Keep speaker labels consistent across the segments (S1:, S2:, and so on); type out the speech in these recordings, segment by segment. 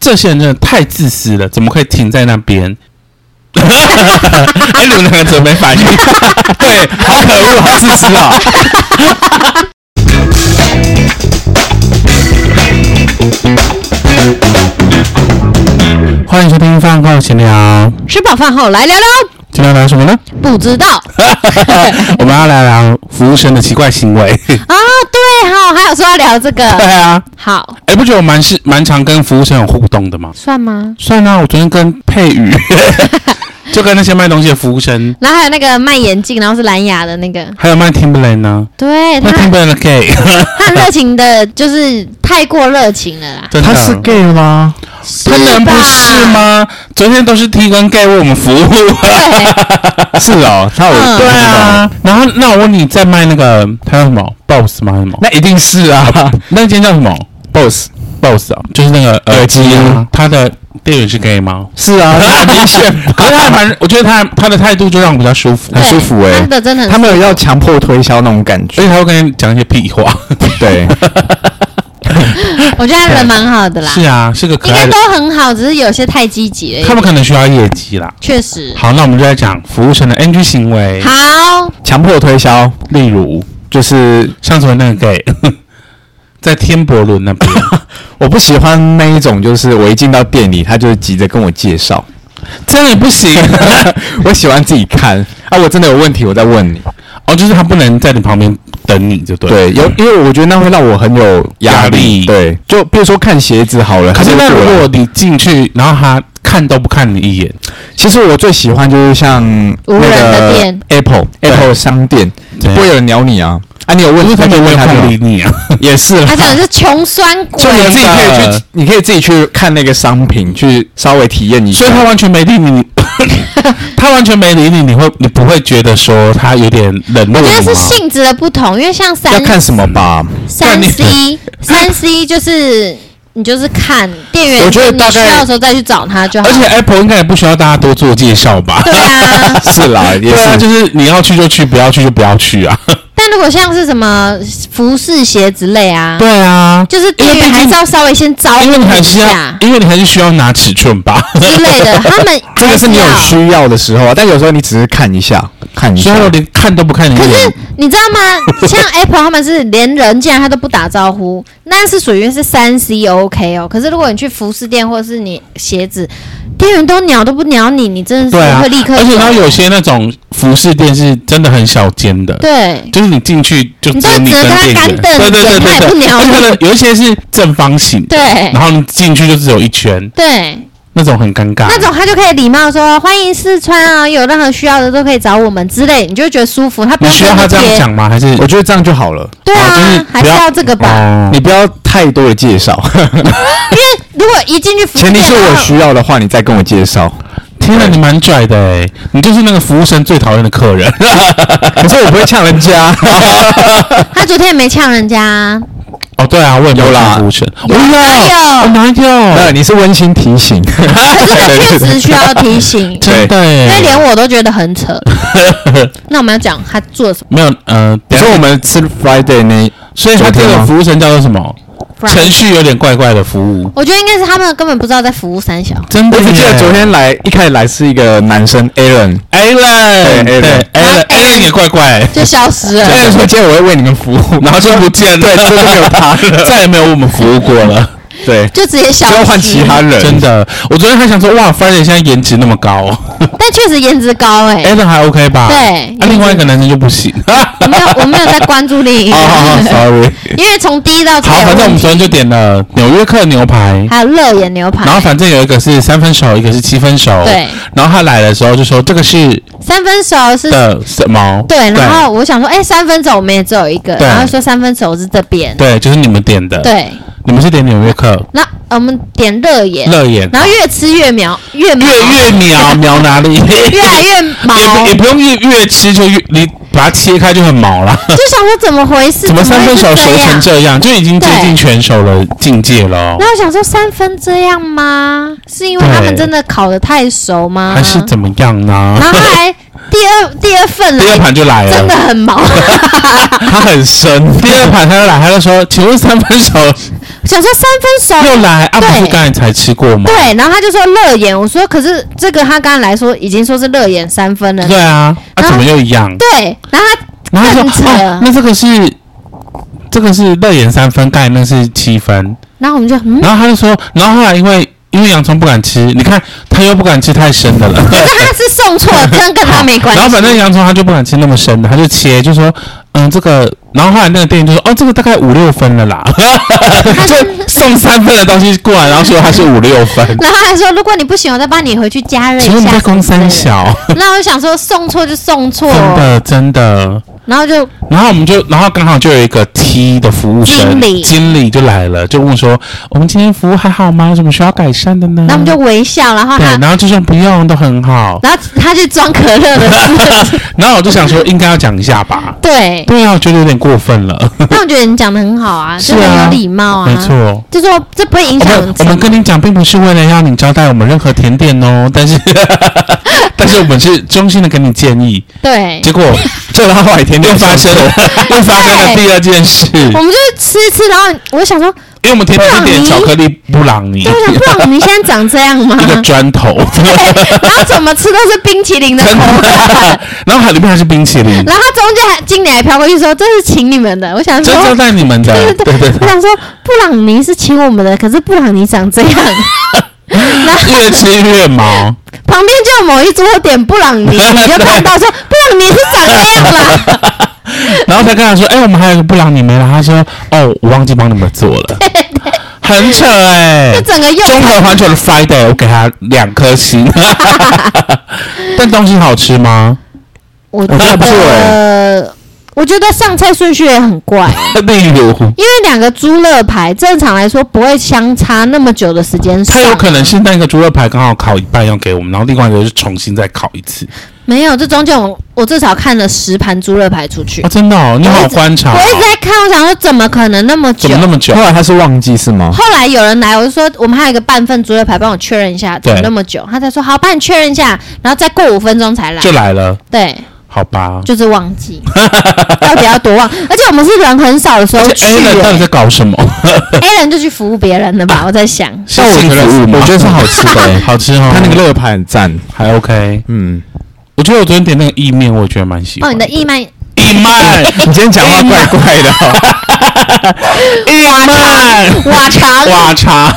S1: 这些人真的太自私了，怎么可以停在那边？ 哎，你们两个怎么没反 应？
S2: 对，好可恶，好自私啊！
S1: 欢迎收听饭后闲聊，
S3: 吃饱饭后来聊聊，
S1: 今天要聊什 么呢？
S3: 不知 道啊，
S1: 我们要来聊服务生的奇怪行为。
S3: 对哈、还有说要聊这
S1: 对
S3: 个，
S1: 啊，
S3: 好
S1: 哎，不觉得我蛮是蛮常跟服务生有互动的吗？
S3: 算吗？
S1: 算啊，我昨天跟佩宇， 就跟那些卖东西的服务生，
S3: 然后还有那个卖眼镜，然后是蓝牙的那个，
S1: 还有卖 Timberland 呢、
S3: 对
S1: 卖
S3: 哎他
S1: Timberland 的 gay，
S3: 他很热情的，就是太过热情了 啦，
S1: 真的啊
S2: 他是 gay 吗？
S1: 他能不是吗？昨天都是 T 跟 gay 为我们服务，
S2: 是哦，他我
S3: 嗯
S2: 不知
S1: 对
S2: 道
S1: 啊。然后那我问你，在卖那个他叫什么 Boss 吗？还是什么？
S2: 那一定是啊
S1: 那间叫什么
S2: ，boss
S1: Boss 啊？就是那个耳机
S2: 耳机
S1: 啊
S2: 啊，
S1: 他的店员是 gay 吗？
S2: 是 啊，那明显吧
S1: 可是他还蛮，我觉得他他的态度就让我比较舒服，
S2: 很
S3: 对
S2: 舒服欸
S3: 他的真的很
S2: 他没有要强迫推销那种感
S1: 而
S2: 觉，
S1: 且他会跟你讲一些屁 话。
S2: 对，
S3: 我觉得他人蛮好的啦，
S1: 是啊，是个可
S3: 应
S1: 爱
S3: 该
S1: 的
S3: 都。很好，只是有些太积极
S1: 他
S3: 了，
S1: 们可能需要业绩啦。
S3: 确实。
S1: 好，那我们就来讲服务生的 NG 行为，
S3: 好，
S2: 强迫推销
S1: 例如
S2: 就是
S1: 上次的那个 gay，在天伯伦那 边，
S2: 我不喜欢那一种，就是我一进到店里，他就急着跟我介绍，
S1: 这样也不行。啊
S2: 我喜欢自己看啊，我真的有问题我再问你，
S1: 哦，就是他不能在你旁边等你就对。
S2: 对，有因为我觉得那会让我很有
S1: 压
S2: 压
S1: 力
S2: 力，对，就比如说看鞋子好了，
S1: 可是
S2: 他
S1: 那
S2: 就
S1: 如
S2: 过来
S1: 果你进去，然后他看都不看你一眼，
S2: 其实我最喜欢就是像
S3: 无
S2: 那
S3: 人的
S2: 个
S3: 店
S2: Apple
S1: 对
S2: Apple 商店，
S1: 对
S2: 不会有人鸟你啊。啊，你有问
S1: 因
S2: 题
S1: 为 他
S2: 那
S1: 们
S2: 就
S1: 没有
S2: 问他就
S1: 空理你
S2: 好，
S1: 啊。
S2: 也是啦
S3: 他。讲的是穷酸鬼
S2: 就，你自己可以去，你可以自己去看那个商品，去稍微体验一下
S1: 所以。他完全没理你， 他完全没理你，你会你不会觉得说他有点冷落
S3: 我
S1: 你
S3: 觉
S1: 吗
S3: 得是性质的不同，因为像
S2: 要
S3: 三
S2: 看什么吧，
S3: 三 C 三 C 就是你就是看店员，
S2: 我觉得
S3: 你
S2: 大
S3: 需
S2: 概
S3: 要的时候再去找他就好
S1: 而。且 Apple 应该也不需要大家多做介绍 吧？
S3: 对 啊，
S2: 是 啦，也
S1: 对啊，
S2: 是
S1: 就是你要去就去，不要去就不要去啊。
S3: 但如果像是什么服饰鞋之类 啊，
S1: 对啊，
S3: 就是店员还是要稍微先 招
S1: 因为
S3: 呼
S1: 你还
S3: 一
S1: 是要
S3: 下，
S1: 因为你还是需要拿尺寸吧。
S3: 之类的，他们
S2: 这
S3: 还
S2: 个是你有
S3: 要
S2: 需要的时候啊，但有时候你只是看一下，看一
S1: 所
S2: 下
S1: 以，我连看都不看你
S3: 可
S1: 一眼
S3: 是。你知道吗？像 Apple 他们是连人进来他都不打招呼，那是属于是三 C OK 哦。可是如果你去服饰店或是你鞋子，店员都鸟都不鸟你，你真的
S1: 对
S3: 是
S1: 啊，
S3: 会立刻
S1: 而且它有些那种服饰店是真的很小间的，
S3: 对
S1: 就是你进去就只有
S3: 你都
S1: 跟店
S3: 只能跟他
S1: 员，
S3: 干瞪
S1: 对对对
S3: 眼他也
S1: 对
S3: 不
S1: 对，
S3: 鸟
S1: 而且它的有一些是正方形，，
S3: 对
S1: 然后你进去就只有一圈，
S3: 对，
S1: 那种很尴尬。
S3: 那种他就可以礼貌说欢迎试穿啊，有任何需要的都可以找我们之类，你就会觉得舒服。他不
S1: 你
S3: 用
S1: 需要
S3: 跟
S1: 他这样
S3: 贴，
S1: 讲吗？还是
S2: 我觉得这样就好了，
S3: 对
S1: 哦就是
S3: 啊，还
S1: 不
S3: 是
S1: 要
S3: 要这个吧。
S1: 哦
S2: 你不要太多的介 绍，
S3: 因为如果一进去服饰
S2: 前提
S3: 店，
S2: 是我
S3: 然后
S2: 需要的话，你再跟我介 绍。
S1: 天哪，你蛮拽的哎，你就是那个服务生最讨厌的客 人。
S2: 可是我不会呛 人家，
S3: 他昨天也没呛人家啊，
S1: 哦，对啊，我也没
S2: 有啦
S1: 当服务生，我
S3: 有
S1: 有，啊我哪
S2: 那
S1: 有？
S2: 你是温馨提 醒，
S3: 可是这确实需要提 醒。
S1: 真的欸
S3: 因为
S1: 耶，
S3: 连我都觉得很 扯。那我们要讲他做了什么
S1: 没有，呃，
S2: 你
S1: 等一下
S2: 说我们吃 Friday 那
S1: 所以他这
S2: 昨天
S1: 个
S2: 吗
S1: 服务生叫做什么？
S3: 不然
S1: 程序有点怪怪的服务，
S3: 我觉得应该是他们根本不知道在服务三小，
S1: 真的
S2: 我
S1: 耶。
S2: 只记得昨天来一开始来是一个男生 Alan，
S1: Alan，
S2: 对
S1: 对
S2: 哎 Alan
S1: Alan
S3: 啊
S1: Alan 也怪怪，
S3: 就消失了。
S2: Alan 说今天我会为你们服务，
S1: 然后就不见了，
S2: 对真的没有他了
S1: 再也没有为我们服务过了，
S2: 对，
S3: 就直接消
S2: 就
S3: 失，
S2: 要换其他人，
S1: 真的。我昨天还想说，哇，Friday 现在颜值那么高
S3: 但确实颜值高哎、
S1: ，Alan 还 OK 吧？啊
S3: 对
S1: 那另外一个男生就不行。
S3: 我 没有，我没有在关注另一个
S2: 哦，好好
S3: 人，
S2: ，sorry，
S3: 因为从第一到最
S1: 好，
S3: 后
S1: 反正我们昨天就点了纽约客牛排，
S3: 还有热眼牛排，
S1: 然后反正有一个是三分熟，一个是七分熟。
S3: 对。
S1: 然后他来的时候就说这个是
S3: 三分熟是
S1: 的什么？
S3: 对，然后我想说，哎、三分熟我们也只有一个，
S1: 对
S3: 然后说三分熟是这边，
S1: 对，就是你们点的。，
S3: 对，
S1: 你们是点纽约客
S3: 那呃我们点热眼，
S1: 热眼，
S3: 然后越吃越苗，越
S1: 越
S3: 苗
S1: 越描描哪里？
S3: 越来越毛，
S1: 也 不也不用越越吃就越你把它切开就很毛 了。
S3: 就想说怎么回事？
S1: 怎么三分熟
S3: 会是
S1: 熟
S3: 这
S1: 成
S3: 样？
S1: 这样，就已经接近全熟了境界了哦、
S3: 然后我想说三分这样吗？是因为他们真的烤得太熟吗？
S1: 还是怎么样呢
S3: 然？后后来第二第二份
S1: 第二
S3: 来
S1: 盘就来
S3: 真的
S1: 了，
S3: 很 毛，
S2: 他很深，
S1: 第二盘他就来，他就说：“请问三分熟
S3: 想说三分熟
S1: 又来啊？不是
S3: 对
S1: 刚才才吃过吗？”
S3: 对，然后他就说乐眼，我说可是这个他刚才来说已经说是乐眼三分了，
S1: 对啊，啊
S3: 然后
S1: 怎么又一样？
S3: 对，然后
S1: 然后他
S3: 更扯
S1: 说：“哦，那这个是这个是乐眼三分，刚才那是七分。”
S3: 然后我们就 嗯，
S1: 然后他就说，然后后来因为因为洋葱不敢吃，你看他又不敢吃太深的了。
S3: 可是他是送错，这样 跟他没关 系。
S1: 然后反正洋葱他就不敢吃那么深的，他就切，就说嗯这个，然后后来那个店员就说哦这个大概五六分了啦， 就送三分的东西过来，然后说他是五六分，
S3: 然后还说，如果你不行，我再帮你回去加热一
S1: 请问你
S3: 下。
S1: 在公三。小，
S3: 那我想说，送错就送错，
S1: 真的嗯真的。
S3: 然后就
S1: 然后我们就，然后刚好就有一个 T 的服务生
S3: 经理
S1: 经理就来了，就问说哦我们今天服务还好吗？有什么需要改善的呢？
S3: 然后我们就微笑，然后
S1: 对
S3: 他，，
S1: 然后就说不用，都很好。
S3: 然后他去装可乐的 事，
S1: 然后我就想说，应该要讲一下吧。
S3: 对。
S1: 对啊，我觉得有点过分了。
S3: 但我觉得你讲的很好啊，
S1: 是
S3: 就很
S1: 啊
S3: 有礼貌啊，
S1: 没错。
S3: 就说这不会影
S1: 我
S3: 响
S1: 们我们跟你讲，并不是为了要你招待我们任何甜点 哦，但是但是我们是衷心的给你建议。
S3: 对，
S1: 结果
S2: 这拉坏天
S1: 又
S2: 就
S1: 发
S2: 发
S1: 生
S2: 生
S1: 了
S2: 了。，
S1: 又发生了第二件事，
S3: 我们就是吃一吃，然后我就想说，
S1: 因为我们甜点是点巧克力布朗尼，
S3: 对，我 想不然我们现在长这样吗？
S1: 一个
S3: 对，
S1: 砖头，
S3: 然后怎么吃都是冰淇淋的口
S1: 真
S3: 感，
S1: 的，嗯然后还里面还是冰淇淋，
S3: 然后他中间还经理还飘过去说这是请你们的，我想
S1: 真
S3: 说
S1: 招待你们的，
S3: 对
S1: 对对
S3: 我
S1: 对，
S3: 想说布朗尼是请我们的，可是布朗尼长 这样，然后
S1: 越吃越毛。
S3: 旁边就有某一桌点布朗尼，你就看到说布朗尼是长这样 啦，
S1: 然后他跟他说：“哎、我们还有一个布朗尼没了。”他说：“哦，我忘记帮你们做了。很扯哎、
S3: 就整个又
S1: 综合环球的 Friday，我给他两颗星。但东西好吃吗？
S3: 我
S2: 觉得不错
S1: 欸
S3: 得我觉得上菜顺序也很怪，
S1: 例如，
S3: 因为两个猪肋排正常来说不会相差那么久的时间上
S1: 他，有可能是那个猪肉排刚好烤一半要给我们，然后另外一个是重新再烤一次。
S3: 没有这中间我我至少看了十盘猪肋排出去
S1: 哦，，真的哦，你好观察、
S3: 我一直
S1: 哦，
S3: 在看，我想说怎么可能那么久
S1: 怎么？那么久
S2: 后？来他是忘记是吗？
S3: 后来有人来，我就说我们还有一个半份猪肉排，帮我确认一下，
S1: 对
S3: 怎么那么久？他才说好，帮你确认一下，然后再过五分钟才来
S1: 就。来了，
S3: 对，
S1: 啊好吧。
S3: 就是 忘记，到底要多忘？而且我们是人很少的时候
S1: 而
S3: 去、
S1: 且 A 人到底 在搞什么？
S3: a 人就去服务别人了吧？我在想，
S1: 是幸福物吗
S2: 我觉得是好吃的 欸
S1: 好吃哦。
S2: 他那个乐牌很赞，
S1: 还 OK。
S2: 嗯，
S1: 我觉得我昨天点那个意面，我也觉得蛮喜欢。
S3: 哦，你的义卖
S1: 意曼，
S2: 你今天讲话怪怪的 哦，
S1: 意曼，
S3: 哇肠
S1: 哇肠，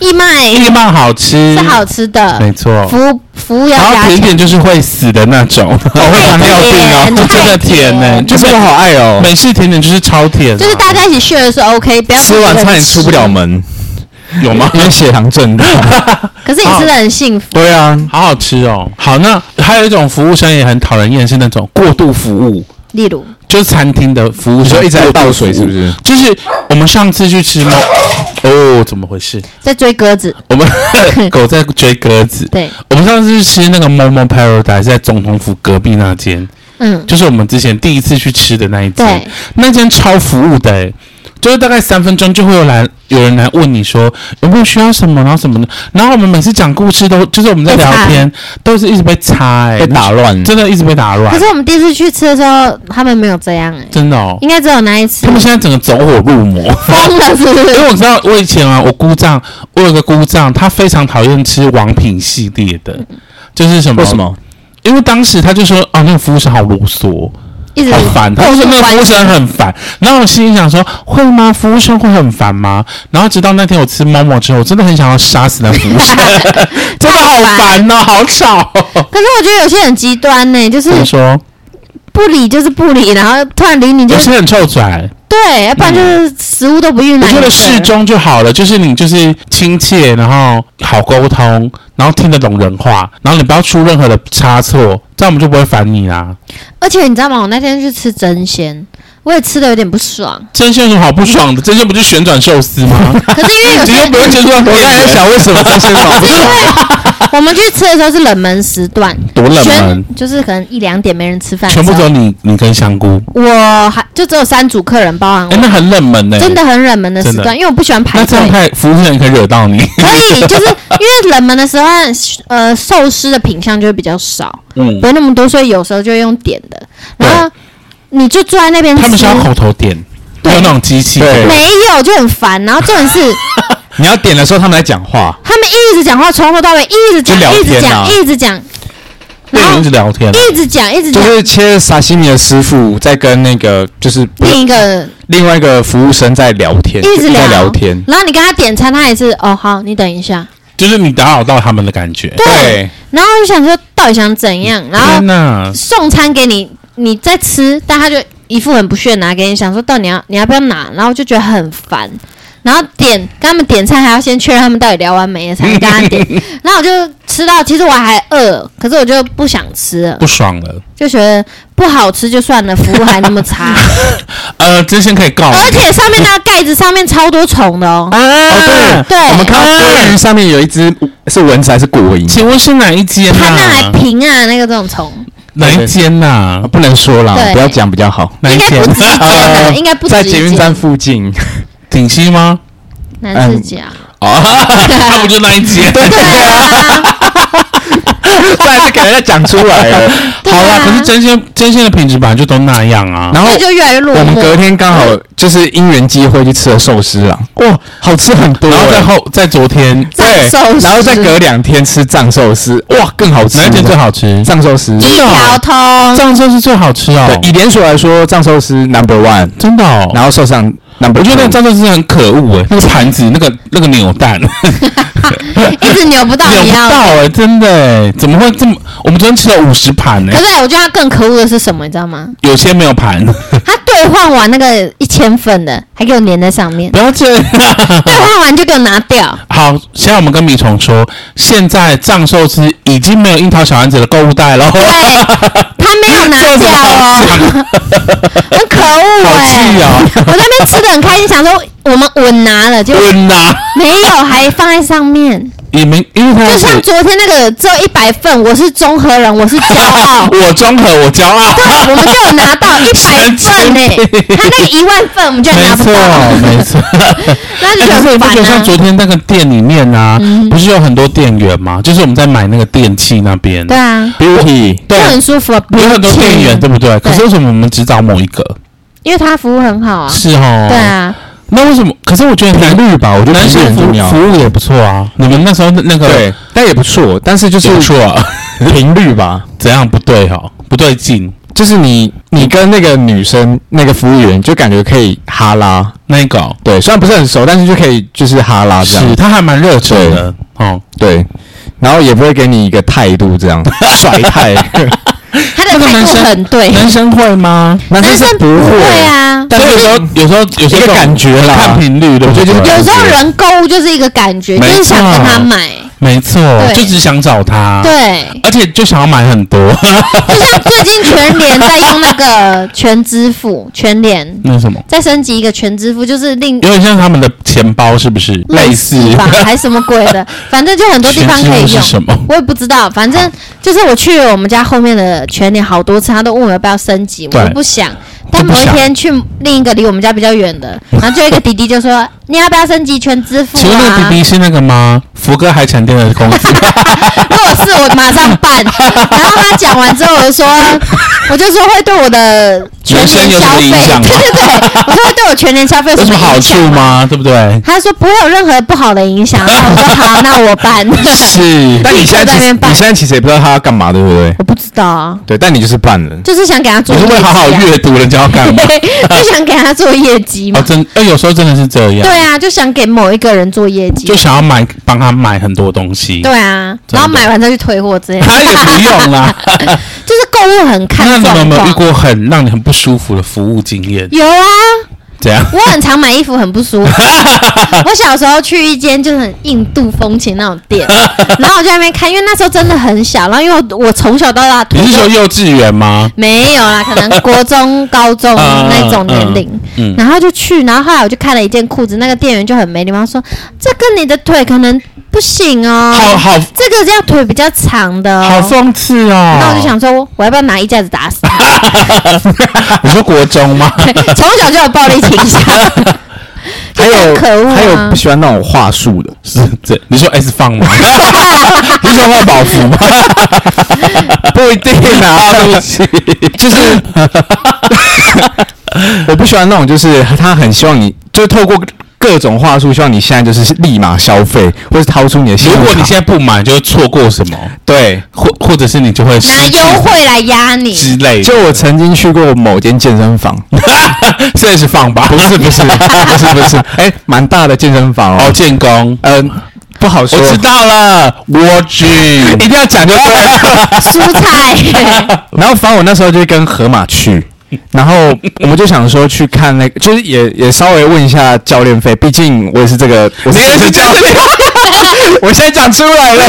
S3: 义卖
S1: 意曼好吃，
S3: 是好吃的，
S1: 没错。
S3: 服务服务要
S1: 然后
S3: 加
S1: 甜
S3: 钱，
S1: 点就是会死的那种， 我会糖尿病哦，
S3: 太甜
S1: 就 真的甜呢，
S3: 太甜
S1: 就
S2: 就是是我好爱哦。
S1: 美式甜点就是超甜啊，
S3: 就是大家一起 share 是 OK，不要
S2: 吃完
S3: 一个人
S2: 差点出不了
S3: 吃。
S2: 门，
S1: 有吗？
S2: 因为血糖震 荡。
S3: 可是你吃的很幸福，
S2: 对啊，
S1: 好好吃哦。好，那还有一种服务生也很讨人厌，是那种过度服务，
S3: 例如
S1: 就是餐厅的服务
S2: 你
S1: 生
S2: 说一直在倒水是不是？
S1: 就是我们上次去吃猫，哦，怎么回事？
S3: 在追鸽子，
S1: 我们 狗在追鸽子。
S3: 对，
S1: 我们上次去吃那个 Momo Paradise，在总统府隔壁那间，
S3: 嗯，
S1: 就是我们之前第一次去吃的那一间
S3: 对，
S1: 那间超服务的、欸，就是大概三分钟就会有来有人来问你说有没有需要什么，然后什么的，然后我们每次讲故事都就是我们在
S3: 被
S1: 聊
S3: 插
S1: 天，都是一直被插、欸，
S2: 被打乱。
S1: 真的一直被打
S3: 可
S1: 乱
S3: 是，我们第一次去吃的时候，他们没有这样哎、
S1: 真的哦，
S3: 应该只有那一次
S1: 他们现在整个走火入魔。
S3: 疯了，是不
S1: 因
S3: 是？
S1: 为我知道，我以前啊，我姑丈，我有个姑丈，他非常讨厌吃王品系列的，就是什么？
S2: 为什？么？
S1: 因为当时他就说，哦，那个服务生好啰嗦，
S3: 一直
S1: 好烦。他就 说那个啊服务生很烦。然后我心里想说，会吗？服务生会很烦吗？然后直到那天我吃某某之后，我真的很想要杀死那服务生，真的好烦哦，好吵、哦。
S3: 可是我觉得有些很极端呢、就是
S1: 怎么说？
S3: 不理就是不理，然后突然理你就
S1: 有些很臭拽，
S3: 对，要不然就是食物都不运
S1: 我
S3: 来。
S1: 觉得适中就好了，就是你就是亲切，然后好沟通，然后听得懂人话，然后你不要出任何的差错，这样我们就不会烦你啦。
S3: 而且你知道吗？我那天去吃真鲜，我也吃的有点不爽。
S1: 真鲜有什么好不爽的？真鲜不就旋转寿司吗？
S3: 可是因为有
S1: 你
S3: 些
S1: 又不会接触到店
S2: 我刚才在
S1: 员，
S2: 想为什么真鲜好不爽，
S3: 我们去吃的时候是冷门时段，
S1: 多冷门，
S3: 选就是可能一两点没人吃饭的时
S1: 全
S3: 候，
S1: 部只有你你跟香
S3: 哦
S1: 菇，
S3: 我还就只有三组客人，包含
S1: 哎、那
S3: 我，
S1: 很冷门呢、
S3: 真的很冷门的时
S1: 真的
S3: 段，因为我不喜欢排
S1: 那这
S3: 队
S1: 样。派服务生也可以惹到 你，
S3: 可以，就是 因为冷门的时候，呃，寿司的品相就会比较少，
S1: 嗯
S3: 不，会那么多，所以有时候就会用点的。然后你就坐在那边吃，
S1: 他们是要口头点，
S3: 对
S1: 没有那种机器，
S2: 对
S3: 没有就很烦。然后重点 是
S2: 你要点的时候他们来讲话，
S3: 他们一直讲话，从头到尾一直讲
S2: 就，聊
S3: 一直
S2: 天啊
S3: 讲，一直讲，
S1: 被
S3: 然
S1: 人
S3: 后
S1: 一直聊天啊，
S3: 一直讲，一直
S2: 就
S3: 讲。
S2: 是切沙西米的师傅在跟那个就是不是
S3: 另一个
S2: 另外一个服务生在聊天，
S3: 一直
S2: 在
S3: 聊
S2: 聊天，
S3: 然后你跟他点餐，他也是哦好，你等一下。
S1: 就是你打扰到他们的感觉。
S2: 对，
S3: 然后我就想说到底想怎样？然后
S1: 天哪，
S3: 送餐给你，你在吃，但他就一副很不屑地拿给你，想说到底你要你要不要拿？然后我就觉得很烦。然后点跟他们点菜，还要先确认他们到底聊完没了才能跟他点。然后我就吃到，其实我还饿，可是我就不想吃了，
S1: 不爽了。
S3: 就觉得不好吃就算了，服务还那么差，
S1: 呃，真心可以告你，
S3: 而且上面那个盖子上面超多虫的哦。
S1: 啊，
S2: 哦
S3: 对
S2: 我们看到鲑鱼上面有一只是蚊子还是果蝇？
S1: 请问是哪一间
S3: 它那还
S1: 呐？
S3: 平啊，那个这种虫
S1: 哪一间呐
S2: 啊？不能说啦
S3: 对，
S2: 不要讲比较 好。
S1: 哪
S2: 呃
S1: 一
S3: 应该
S1: 间
S3: 不？止一间啊，应该不止
S2: 在
S3: 一
S2: 捷运
S3: 间
S2: 站，附近。
S1: 顶溪吗？
S3: 男自己啊，
S2: 哦，
S1: 他不就那一间？
S3: 对啊，
S2: 不然就给人家讲出来哦 了。
S3: 对
S1: 好啦，
S3: 啊
S1: 可是真心真心的品质本来就都那样啊。
S2: 然后
S3: 所以就越来越落
S2: 我们
S3: 寞
S2: 隔。天刚好就是因缘机会去吃了寿司啊，
S3: 嗯
S2: 哇，好吃很多
S1: 然后在
S2: 欸。
S1: 后在昨天
S3: 藏寿
S2: 对，
S3: 司
S2: 然后再隔两天吃藏寿司，哇，更好吃。
S1: 哪一间最好吃？
S2: 藏寿司，
S3: 一条通，
S1: 藏寿是最好吃哦
S2: 对，，以连锁来说，藏寿司 number one，
S1: 真的哦。
S2: 然后寿上 number，
S1: 我觉得那个
S2: two
S1: 藏寿司很可恶哎，那个盘子那个那个扭蛋
S3: 一直扭不到
S1: 扭
S3: 你
S1: 不
S3: 要啊的。
S1: 到哎，真的哎，怎么会这么？我们昨天吃了五十盘
S3: 可
S1: 哎，
S3: 是我觉得他更可恶的是什么，你知道吗？
S1: 有些没有 盘，
S3: 他兑换完那个一千份的，还给我粘在上 面
S1: 不，要这样。
S3: 兑换完就给我拿 掉。
S1: 好，现在我们跟米虫说，现在藏寿司已经没有樱桃小丸子的购物袋 喽。
S3: 对，他没有拿掉哦， 很可恶
S1: 好
S3: 哎、
S1: 气哦
S3: 我在那边吃的很开心，想说我们稳拿了，就
S1: 滚呐、
S3: 没有，还放在上面。
S1: 啊你们因为他。
S3: 就像昨天那个只有一百份，我是中和人，我是骄傲
S1: 我中和，我骄傲。
S3: 对，啊我们就有拿到一百份呢、他那个一万份我们居然拿
S1: 没
S3: 不
S1: 错
S3: 到，，
S1: 没错。
S3: 那 就
S1: 哎
S3: 觉
S1: 可是
S3: 得
S1: 你不觉得像
S3: 很
S1: 昨
S3: 烦啊。
S1: 天
S3: 嗯
S1: 那个店里面啊，不是有很多店员吗？就是我们在买那个电器那边，
S3: 对啊，
S2: beauty，
S3: 就
S1: 对，
S3: 很舒服啊，不
S1: 有很多店员，对不对？可是为什么我们只找某一个？
S3: 因为他服务很好啊。
S1: 是哦，
S3: 对。啊，
S1: 那为什么？可是我觉得男
S2: 频率吧我觉得
S1: 男
S2: 频率
S1: 生
S2: 很
S1: 服
S2: 重要
S1: 服务也不错啊。你们那时候那那个
S2: 对，但也不错，但是就是
S1: 也不错啊
S2: 频率吧，
S1: 怎样不对哦？不对劲，
S2: 就是你你跟那个女生那个服务员就感觉可以哈拉，
S1: 那个哦
S2: 对，虽然不是很熟，但是就可以就是哈拉这
S1: 是
S2: 样，
S1: 他还蛮热情的哦。
S2: 对，然后也不会给你一个态度 这样甩态，
S3: 他的态度很对。
S1: 男生会吗？
S2: 男
S3: 男
S2: 生
S3: 生
S2: 是不
S3: 会
S2: 会，
S3: 啊，
S1: 但是有时候有时候有时候
S2: 一个感觉啦
S1: 看频率，对不对？啊
S2: 我觉得就是
S3: 有时候人购物就是一个感觉，就
S1: 没
S3: 是想跟他
S1: 错
S3: 买。
S1: 没错，
S3: 对
S1: 就只想找他，，
S3: 对，
S1: 而且就想要买很 多，
S3: 就像最近全联在用那个全支付，全联
S1: 那什么，
S3: 再升级一个全支付，就是另
S1: 有点像他们的钱包是不是类似？
S3: 吧，还是什啊么鬼的，反正就很多地方可
S1: 全
S3: 以
S1: 支付
S3: 用
S1: 是。什么？
S3: 我也不知道，反正就是我去我们家后面的全联好多次，他都问我要不要升级，我
S1: 对
S3: 都不想。但
S1: 不
S3: 某一
S1: 想
S3: 天去另一个离我们家比较远 的，然后就有一个弟弟就说：“你要不要升级全支付
S1: 请问那个
S3: 啊
S1: 弟弟是那个吗？福哥海产店的公司？？”
S3: 如果是我马 上办。然后他讲完之后，我就说：“ 我就说会对我的全
S1: 人生
S3: 年
S1: 有
S3: 消
S1: 什么
S3: 费，
S1: 影响吗
S3: 对对 对，我说会 对我全年消费有
S1: 有
S3: 什
S1: 什
S3: 么
S1: 么好
S3: 影
S1: 处
S3: 响吗
S1: 吗？对不对？
S3: 他说不会有任何不好的影响。然后我说 好，那我 办。
S2: 是，但你现在
S3: 在那
S2: 其实
S3: 边啊办
S2: 你现在其实也不知道他要干嘛，对不对？
S3: 我不知道啊，
S2: 对，但你就是办 了，
S3: 就是想给他做
S1: 你
S3: 业
S1: 是
S3: 绩、
S1: 会
S3: 啊。
S1: 好好阅读人家要 干嘛？
S3: 对，就想给他做业绩 嘛
S1: 哦，。真，哎，有时候真的是这样，
S3: 对啊，就想给某一个人做业绩
S1: 就。想要买，帮他买很多东西。
S3: 对啊，
S1: 真的
S3: 然后买完再去退货之类 的。
S1: 他也不用 啦。
S3: 就是购物很
S1: 那
S3: 看
S1: 你们有
S3: 状
S1: 没有遇
S3: 况。
S1: 过很让你很不舒服的服务经验？
S3: 有啊，
S1: 怎样？
S3: 我很常买衣服很不舒 服。我小时候去一间就是很印度风情那种店，然后我就在那边看，因为那时候真的很小，然后因为我我从小到大
S1: 你是说幼稚园吗？
S3: 没有啦，可能国中、高中那种年龄，
S1: 嗯嗯嗯
S3: 然后就去，然后后来我就看了一件裤子，那个店员就很没礼貌说：“这这跟你的腿可能不行哦。
S1: 好好
S3: 这个要腿比较长的、哦。
S1: 好讽刺哦。
S3: 那我就想说，我要不要拿衣架子打死？
S1: 你说国中吗？
S3: 对从小就有暴力倾向，
S2: 还
S3: 就
S2: 有
S3: 很可恶、啊。
S2: 还有不喜欢那种话术的，
S1: 是这，你说 S 放吗？
S2: 你喜欢换宝服吗？不一定啊，对不起，就是 我不喜欢那种，就是他很希望你，就是透过各种话术，希望你现在就是立马消费，或是掏出你的信
S1: 如
S2: 用卡。
S1: 果你现在不买，就会错过什么，
S2: 对，
S1: 或或者是你就会
S3: 拿
S1: 失去
S3: 优惠来压你，
S1: 之类的。
S2: 就我曾经去过某间健身房，
S1: 这是放吧，
S2: 不是不是不是不是，哎，蛮大的健身房
S1: 哦，
S2: 哦，
S1: 建工，
S2: 嗯、不好说，
S1: 我知道了，我 去
S2: 一定要讲就对了。
S3: 蔬 菜
S2: 然后反正我那时候就跟河马 去，然后我们就想说去看那个，就是也也稍微问一下教练费，毕竟我也是这个，我
S1: 你也是教练，
S2: 我现在讲出来了，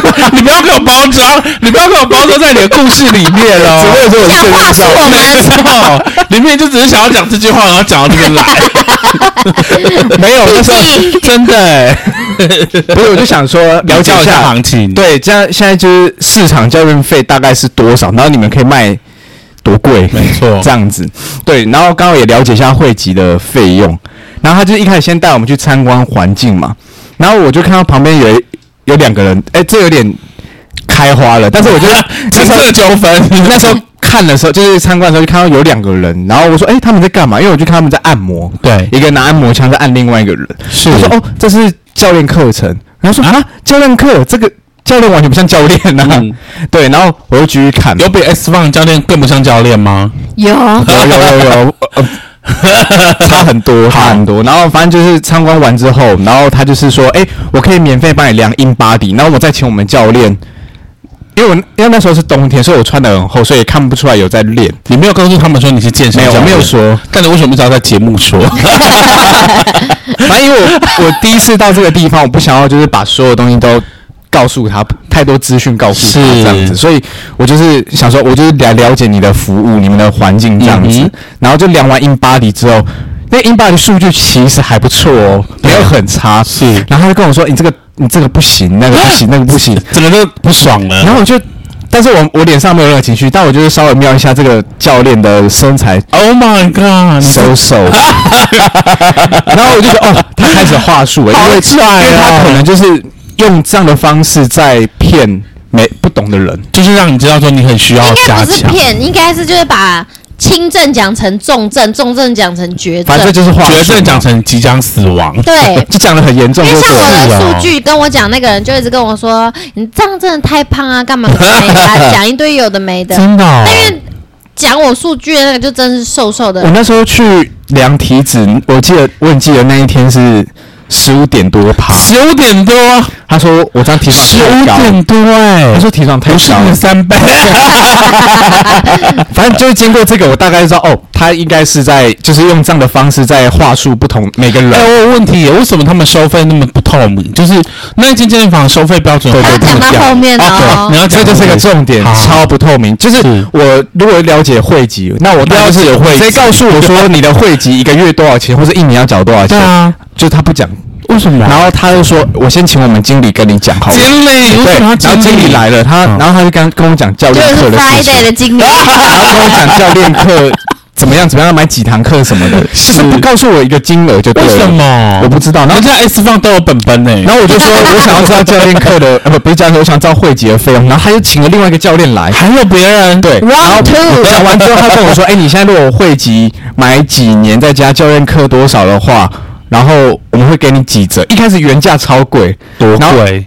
S1: 你不要给我包装，你不要给我包装在你的故事 里面哦。
S2: 只会说我是健 身教练。
S1: 没错，里面就只是想要讲这句话，然后讲到这边来。
S2: 没有，那时候真的、 欸，不是，我就想说了解
S1: 比较一下
S2: 下
S1: 行情
S2: 对，这样现在就是市场教练费大概是多少，然后你们可以卖多贵，
S1: 没错
S2: 这样子。对，然后刚好也了解一下汇集的费用，然后他就一开始先带我们去参观环境嘛，然后我就看到旁边有有两个人，哎、这有点开花了，但是我 觉得那
S1: 情
S2: 时候
S1: 色纠纷，
S2: 那时候看的时候，就是参观的时候就看到有两个人，然后我说：“哎、他们在干嘛？”因为我就看他们在按摩，
S1: 对
S2: 一个拿按摩枪在按另外一个人。
S1: 是
S2: 我说：“哦，这是教练课程。”然后说：“啊，教练课这个教练完全不像教练呐、
S1: 嗯
S2: 对，然后我又继续看，
S1: 有比 S 放教练更不像教练吗？
S3: 有
S2: 有有有有，呃差很多，差很多。然后反正就是参观完之后，然后他就是说，哎、我可以免费帮你量 in body，然后我再请我们教练。因为我因为那时候是冬天，所以我穿的很厚，所以看不出来有在练。
S1: 你没有告诉他们说你是健身
S2: 没有
S1: 教练
S2: 没有说，
S1: 但你为什么一直要在节目说？
S2: 反正因为 我我第一次到这个地方，我不想要就是把所有东西都告诉他，太多资讯告诉他
S1: 是
S2: 这样子，所以我就是想说，我就是来了解你的服务、你们的环境这样子，
S1: 嗯哼
S2: 然后就量完 in body 之后，那 in body 数据其实还不错哦， 没有很差，
S1: 是
S2: 然后他就跟我说，你这个你这个不行，那个不行，那个 不行，
S1: 整个都不爽了。
S2: 然后我就。但是我我脸上没有任何情绪，但我就是稍微瞄一下这个教练的身材
S1: Oh my god！你
S2: 收手， 然后我就觉得哦，他开始话术了，因为
S1: 拽哦
S2: 因为他可能就是用这样的方式在骗没不懂的人，
S1: 就是让你知道说你很需要
S3: 应该
S1: 加
S3: 不是
S1: 强，
S3: 骗，应该是就是把轻症讲成重症，重症讲成绝症
S2: 反。正就是话术嘛
S1: 绝症讲成即将死亡。
S3: 对，
S2: 就讲的很严重，
S3: 因
S2: 就
S3: 为像
S2: 对了
S3: 我
S1: 是
S3: 的
S1: 啊
S3: 数据跟我讲，那个人就一直跟我说：“你这样真的太胖啊，干嘛干嘛的啊讲一堆有的没的。
S1: 真的哦、”
S3: 但因为讲我数据的那个就真是瘦瘦的
S2: 我，那时候去量体脂，我记得我很记得那一天是十五点多趴，
S1: 十五点多，
S2: 他说我这样体
S1: 十
S2: 脂
S1: 五
S2: 太高，
S1: 点多哎、
S2: 他说体脂太
S1: 不是
S2: 高
S1: 你的
S2: 了，
S1: 三倍，
S2: 反正就是经过这个，我大概就知道哦，他应该是在就是用这样的方式在话术不同每个人。
S1: 哎、我有问题耶，为什么他们收费那么不透明？就是那一间健身房收费标准
S2: 对啊
S1: 会
S3: 他要
S1: 不
S3: 讲
S1: 一
S3: 到
S1: 样
S3: 后面
S1: 哦
S3: 哦
S1: 你。要
S2: 这
S1: 讲
S2: 就是个重点
S1: 好，
S2: 超不透明。就是
S1: 是
S2: 我如果了解汇集，那我当然就是
S1: 了解汇集
S2: 谁告诉我说你的汇集一个月多少钱，或者一年要缴多少
S1: 对
S2: 钱？
S1: 啊，
S2: 就是他不讲，
S1: 为什么？
S2: 然后他就说，我先请我们经理跟你讲好了。
S1: 经理为什
S2: 对，
S1: 么要
S2: 然后经理哦来了，他
S1: 嗯
S2: 然后他就跟跟我讲教
S3: 就
S2: 练
S3: 是
S2: 课的事
S3: Friday 的
S2: 情，
S3: 经 历。
S2: 然后跟我讲教练课怎么样怎么样买几堂课什么的， 就是不告诉我一个金额就对
S1: 为
S2: 了。
S1: 什？么？
S2: 我不知道。然后
S1: 人家 S 放都有本本呢、
S2: 然后我就 说，我想要知道教练课的，呃，不不是教练课，我想知道汇集的费用。然后他就请了另外一个教练来，
S1: 还有别人
S2: 对，然后
S3: Round two
S2: 讲完之后，他跟我说：“哎、你现在如果汇集买几年，再加教练课多少的话，然后我们会给你几折。”一开始原价超贵，
S1: 多
S2: 然后
S1: 贵？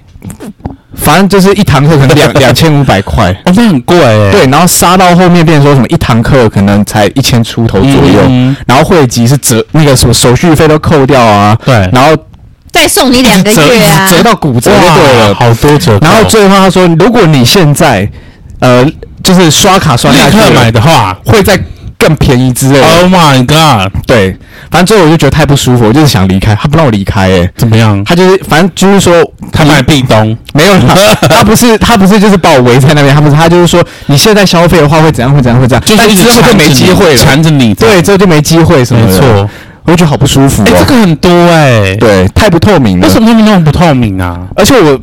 S2: 反正就是一堂课可能两两千五百 块，
S1: 哦，那很贵哎、
S2: 对，然后杀到后面变成说什么一堂课可能才一千出头左右，
S1: 嗯
S2: 然后汇集是折那个什么手续费都扣掉啊，
S1: 对
S2: 然后
S3: 再送你两个月啊！
S2: 折折到骨折就
S1: 哇
S2: 对了，
S1: 好多折扣
S2: 然后最后他说，如果你现在呃就是刷卡刷下
S1: 立
S2: 去
S1: 刻买的话
S2: 会再更便宜之类的。
S1: ，Oh my god，
S2: 对，反正最后我就觉得太不舒服，我就是想离开，他不让我离开、欸，
S1: 怎么样？
S2: 他就是反正就是说
S1: 他买壁咚，
S2: 没有啦， 他不是他不是就是把我围在那边，他不是他就是说你现在消费的话会怎样会怎样会怎样，
S1: 就是
S2: 但
S1: 一直
S2: 之后就
S1: 缠着
S2: 没
S1: 你
S2: 机会了，
S1: 缠着你
S2: 对，之后就没机会什么的，
S1: 没错。
S2: 我觉得好不舒服
S1: 哎、这
S2: 哦。
S1: 个很多哎、
S2: 对，太不透明了
S1: 为。什么他们那么不透明啊？
S2: 而且我，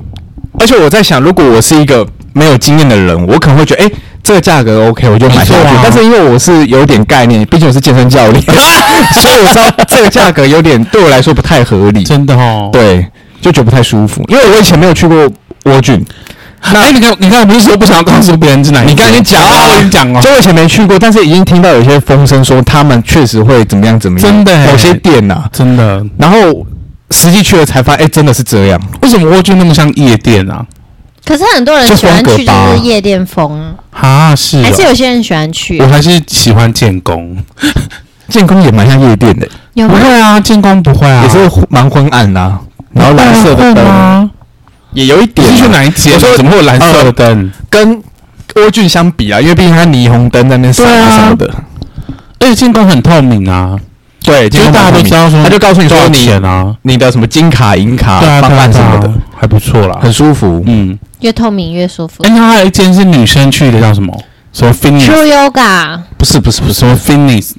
S2: 而且我在想，如果我是一个没有经验的人，我可能会觉得，哎、这个价格 OK，我就买下
S1: 没
S2: 去。
S1: 错啊
S2: 但是因为我是有点概念，毕竟我是健身教 练，所以我知道这个价格有点对我来说不太合理，
S1: 真的哦。
S2: 对，就觉得不太舒服。因为我以前没有去过蜗苣，
S1: 哎、你看，你看，我不是说不想要告诉别人是哪一间？
S2: 你刚刚已经讲了
S1: 啊我已经讲了
S2: 就。我以前没去过，但是已经听到有些风声说他们确实会怎么样怎么样，
S1: 真的欸
S2: 有些店呐、啊
S1: 真的，
S2: 然后实际去了才发现，哎、真的是这样。
S1: 为什么蜗居那么像夜店啊？
S3: 可是很多人
S2: 就
S3: 喜欢
S2: 风格
S3: 去就
S2: 吧
S3: 是夜店风啊，
S1: 啊，是、
S3: 还是
S1: 哦，
S3: 有些人喜欢去
S1: 我，还是喜欢建工。
S2: 建工也蛮像夜店的，
S3: 有
S1: 不
S3: 吗？
S1: 会啊，建工不会啊。
S2: 也是蛮昏暗的、啊，然后蓝色的
S1: 会
S2: 灯。
S1: 吗？
S2: 也有一
S1: 你
S2: 点、啊
S1: 是去哪一间？啊
S2: 我说
S1: 怎么会有蓝色的灯？
S2: 跟蜗苣相比啊，因为毕竟它霓虹灯在那边闪
S1: 对啊
S2: 什么的，
S1: 而且呃建工很透明啊，
S2: 对，
S1: 就是大家都知道说
S2: 他就告诉你
S1: 多
S2: 说
S1: 少
S2: 你
S1: 钱啊，
S2: 你的什么金卡、银卡
S1: 对啊，
S2: 方
S1: 对啊
S2: 案
S1: 对
S2: 什么
S1: 啊
S2: 的，
S1: 还不错啦。
S2: 很舒服。
S1: 嗯，
S3: 越透明越舒服
S2: 嗯
S1: 哎，。那还有一间是女生去的，叫什么？什么 Fitness？
S3: True Yoga，
S1: 不是不是不是，什么 Fitness？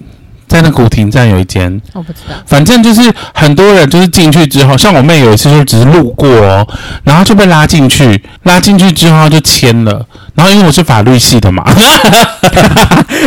S1: 在那古亭站有一间，
S3: 我不知道。
S1: 反正就是很多人就是进去之后，像我妹有一次就只是路过哦，然后就被拉进去，拉进去之后她就签了，然后因为我是法律系的嘛，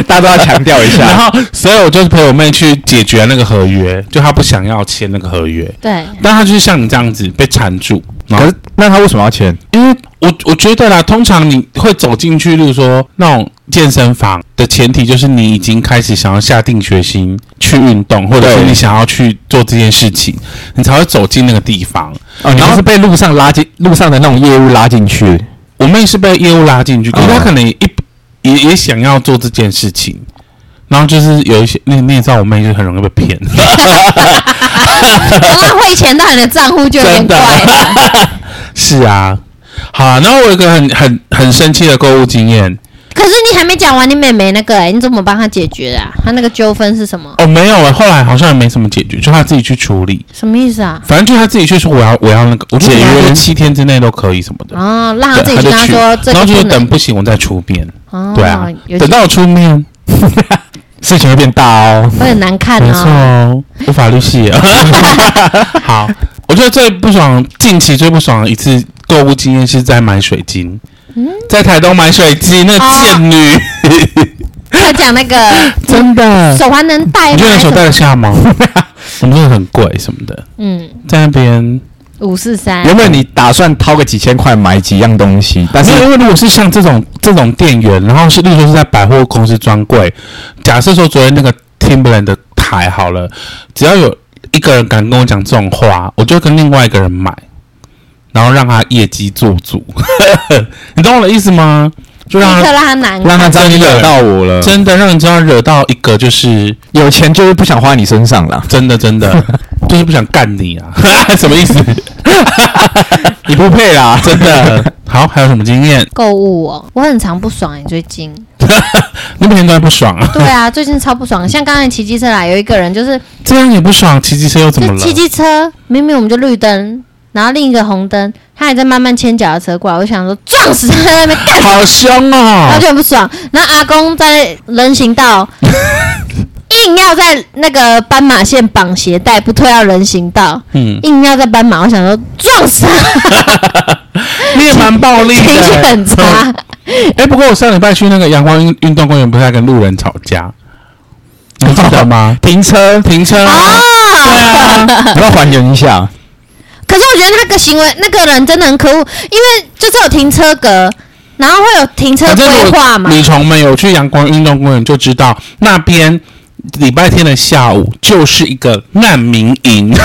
S2: 大家都要强调 一
S1: 然
S2: 下，
S1: 后所以我就陪我妹去解决那个合约，就她不想要签那个合约，
S3: 对，
S1: 但她就是像你这样子被缠住，然
S2: 可
S1: 后
S2: 是那他为什么要签？
S1: 因为我我觉得啦，通常你会走进去，例如说那种健身房的前提就是你已经开始想要下定决心去运动，或者是
S2: 对
S1: 你想要去做这件事情，你才会走进那个地方。
S2: 哦，然
S1: 然
S2: 后
S1: 后
S2: 是被路上拉进路上的那种业务拉进去，
S1: 我妹是被业务拉进去，可是她
S2: 哦
S1: 可能也一也也想要做这件事情。然后就是有一些，你你也知道，我妹就很容易被 骗。
S3: 然后汇钱到你的账户就有点
S1: 真的
S3: 怪了。
S1: 是啊，好啊。然后我有一个很很很生气的购物经验。
S3: 可是你还没讲完你妹妹那个、欸，你怎么帮她解决的、啊？她那个纠纷是什么？
S1: 哦，没有啊，后来好像也没什么解决，就她自己去处理。
S3: 什么意思啊？
S1: 反正就是他自己去说我要我要那个，我就
S2: 解
S1: 跟
S2: 约
S1: 他说七天之内都可以什么的，
S3: 哦，让她自
S1: 对
S3: 己
S1: 他
S3: 去
S1: 就
S3: 跟她
S1: 去，
S3: 说这
S1: 然
S3: 个
S1: 后就是
S3: 不
S1: 等
S3: 能。
S1: 不行我再出面，
S3: 哦，
S1: 对啊，
S3: 有
S1: 等到我出面
S2: 事情会变大哦。
S3: 会很难看
S1: 没错
S3: 哦。
S1: 哦，我法律系啊。好，我觉得最不爽，近期最不爽的一次购物经验是在买水晶，在台东买水晶，那个贱女、
S3: 她讲那个
S1: 真 的，
S3: 手环能
S1: 你
S3: 戴吗？
S1: 觉得
S3: 还
S1: 手
S3: 是
S1: 戴得下吗？我们真的很贵什么的，
S3: 嗯，
S1: 在那边。
S3: 五四三。
S2: 原本你打算掏个几千块买几样东西，但
S1: 但
S2: 是
S1: 是因啊为如果是像这种这种店员，然后是例如说是在百货公司专柜，假设说昨天那个 Timberland 的台好了，只要有一个人敢跟我讲这种话，我就跟另外一个人买，然后让他业绩做主， 你懂我的意思吗？就
S3: 立
S1: 让
S3: 刻
S1: 他
S3: 让她难
S2: 让
S3: 过。
S2: 他知道你惹到我了。
S1: 真的让你知道惹到一个就是
S2: 有钱就是不想花你身上啦，
S1: 真的真的就是不想干你啊， 什么意思？
S2: 你不配啦，
S1: 真的好，还有什么经验？
S3: 购物哦，我很常不爽哎、最 近。
S1: 你每天都在不爽啊，
S3: 对啊，最近超不爽。像刚才骑机车来，有一个人就是
S1: 这样也不爽，骑机车又怎么
S3: 就
S1: 了？
S3: 骑机车，明明我们就绿灯，然后另一个红灯，他还在慢慢牵脚踏车过来，我想说撞死他在那 边干，
S1: 好凶哦
S3: 然！后就很不爽。然后阿公在人行道硬要在那个斑马线绑鞋带，不退到人行道，
S1: 嗯，
S3: 硬要在斑马，我想说撞死他，
S1: 你也蛮暴力
S3: 情绪
S1: 的。
S3: 很差。
S1: 哎、不过我上礼拜去那个阳光运运动公园，不是还跟路人吵架，你记得吗？
S2: 停车，
S1: 哦停车啊，
S3: 哦，
S2: 你要还原一下。
S3: 可是我觉得那个行为，那个人真的很可恶，因为就是有停车格，然后会有停车
S1: 反正
S3: 规
S1: 如
S3: 划
S1: 果
S3: 嘛。
S1: 女虫们有去阳光运动公园，就知道那边礼拜天的下午就是一个难民 营，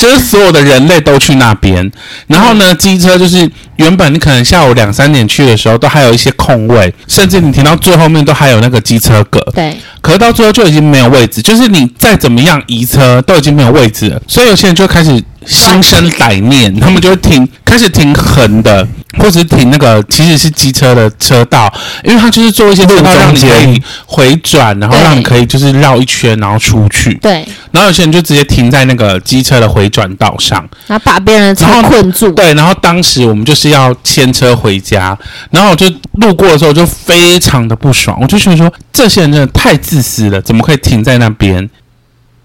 S1: 就是所有的人类都去那边。然后呢，机车就是原本你可能下午两三点去的时候，都还有一些空位，甚至你停到最后面都还有那个机车格。
S3: 对，
S1: 可是到最后就已经没有位置，就是你再怎么样移车都已经没有位置了，所以有些人就开始心生歹念，他们就会停，开始停横的，或者是停那个其实是机车的车道，因为他就是做一些车道让你可
S2: 路中
S1: 以
S2: 间
S1: 回转，然后
S3: 对
S1: 让你可以就是绕一圈然后出去，
S3: 对，
S1: 然后有些人就直接停在那个机车的回转道上，
S3: 然后把别人的车
S1: 然后
S3: 困住。
S1: 对，然后当时我们就是要牵车回家，然后我就路过的时候就 非常的不爽，我就觉得说这些人真的太自私了，怎么可以停在那边？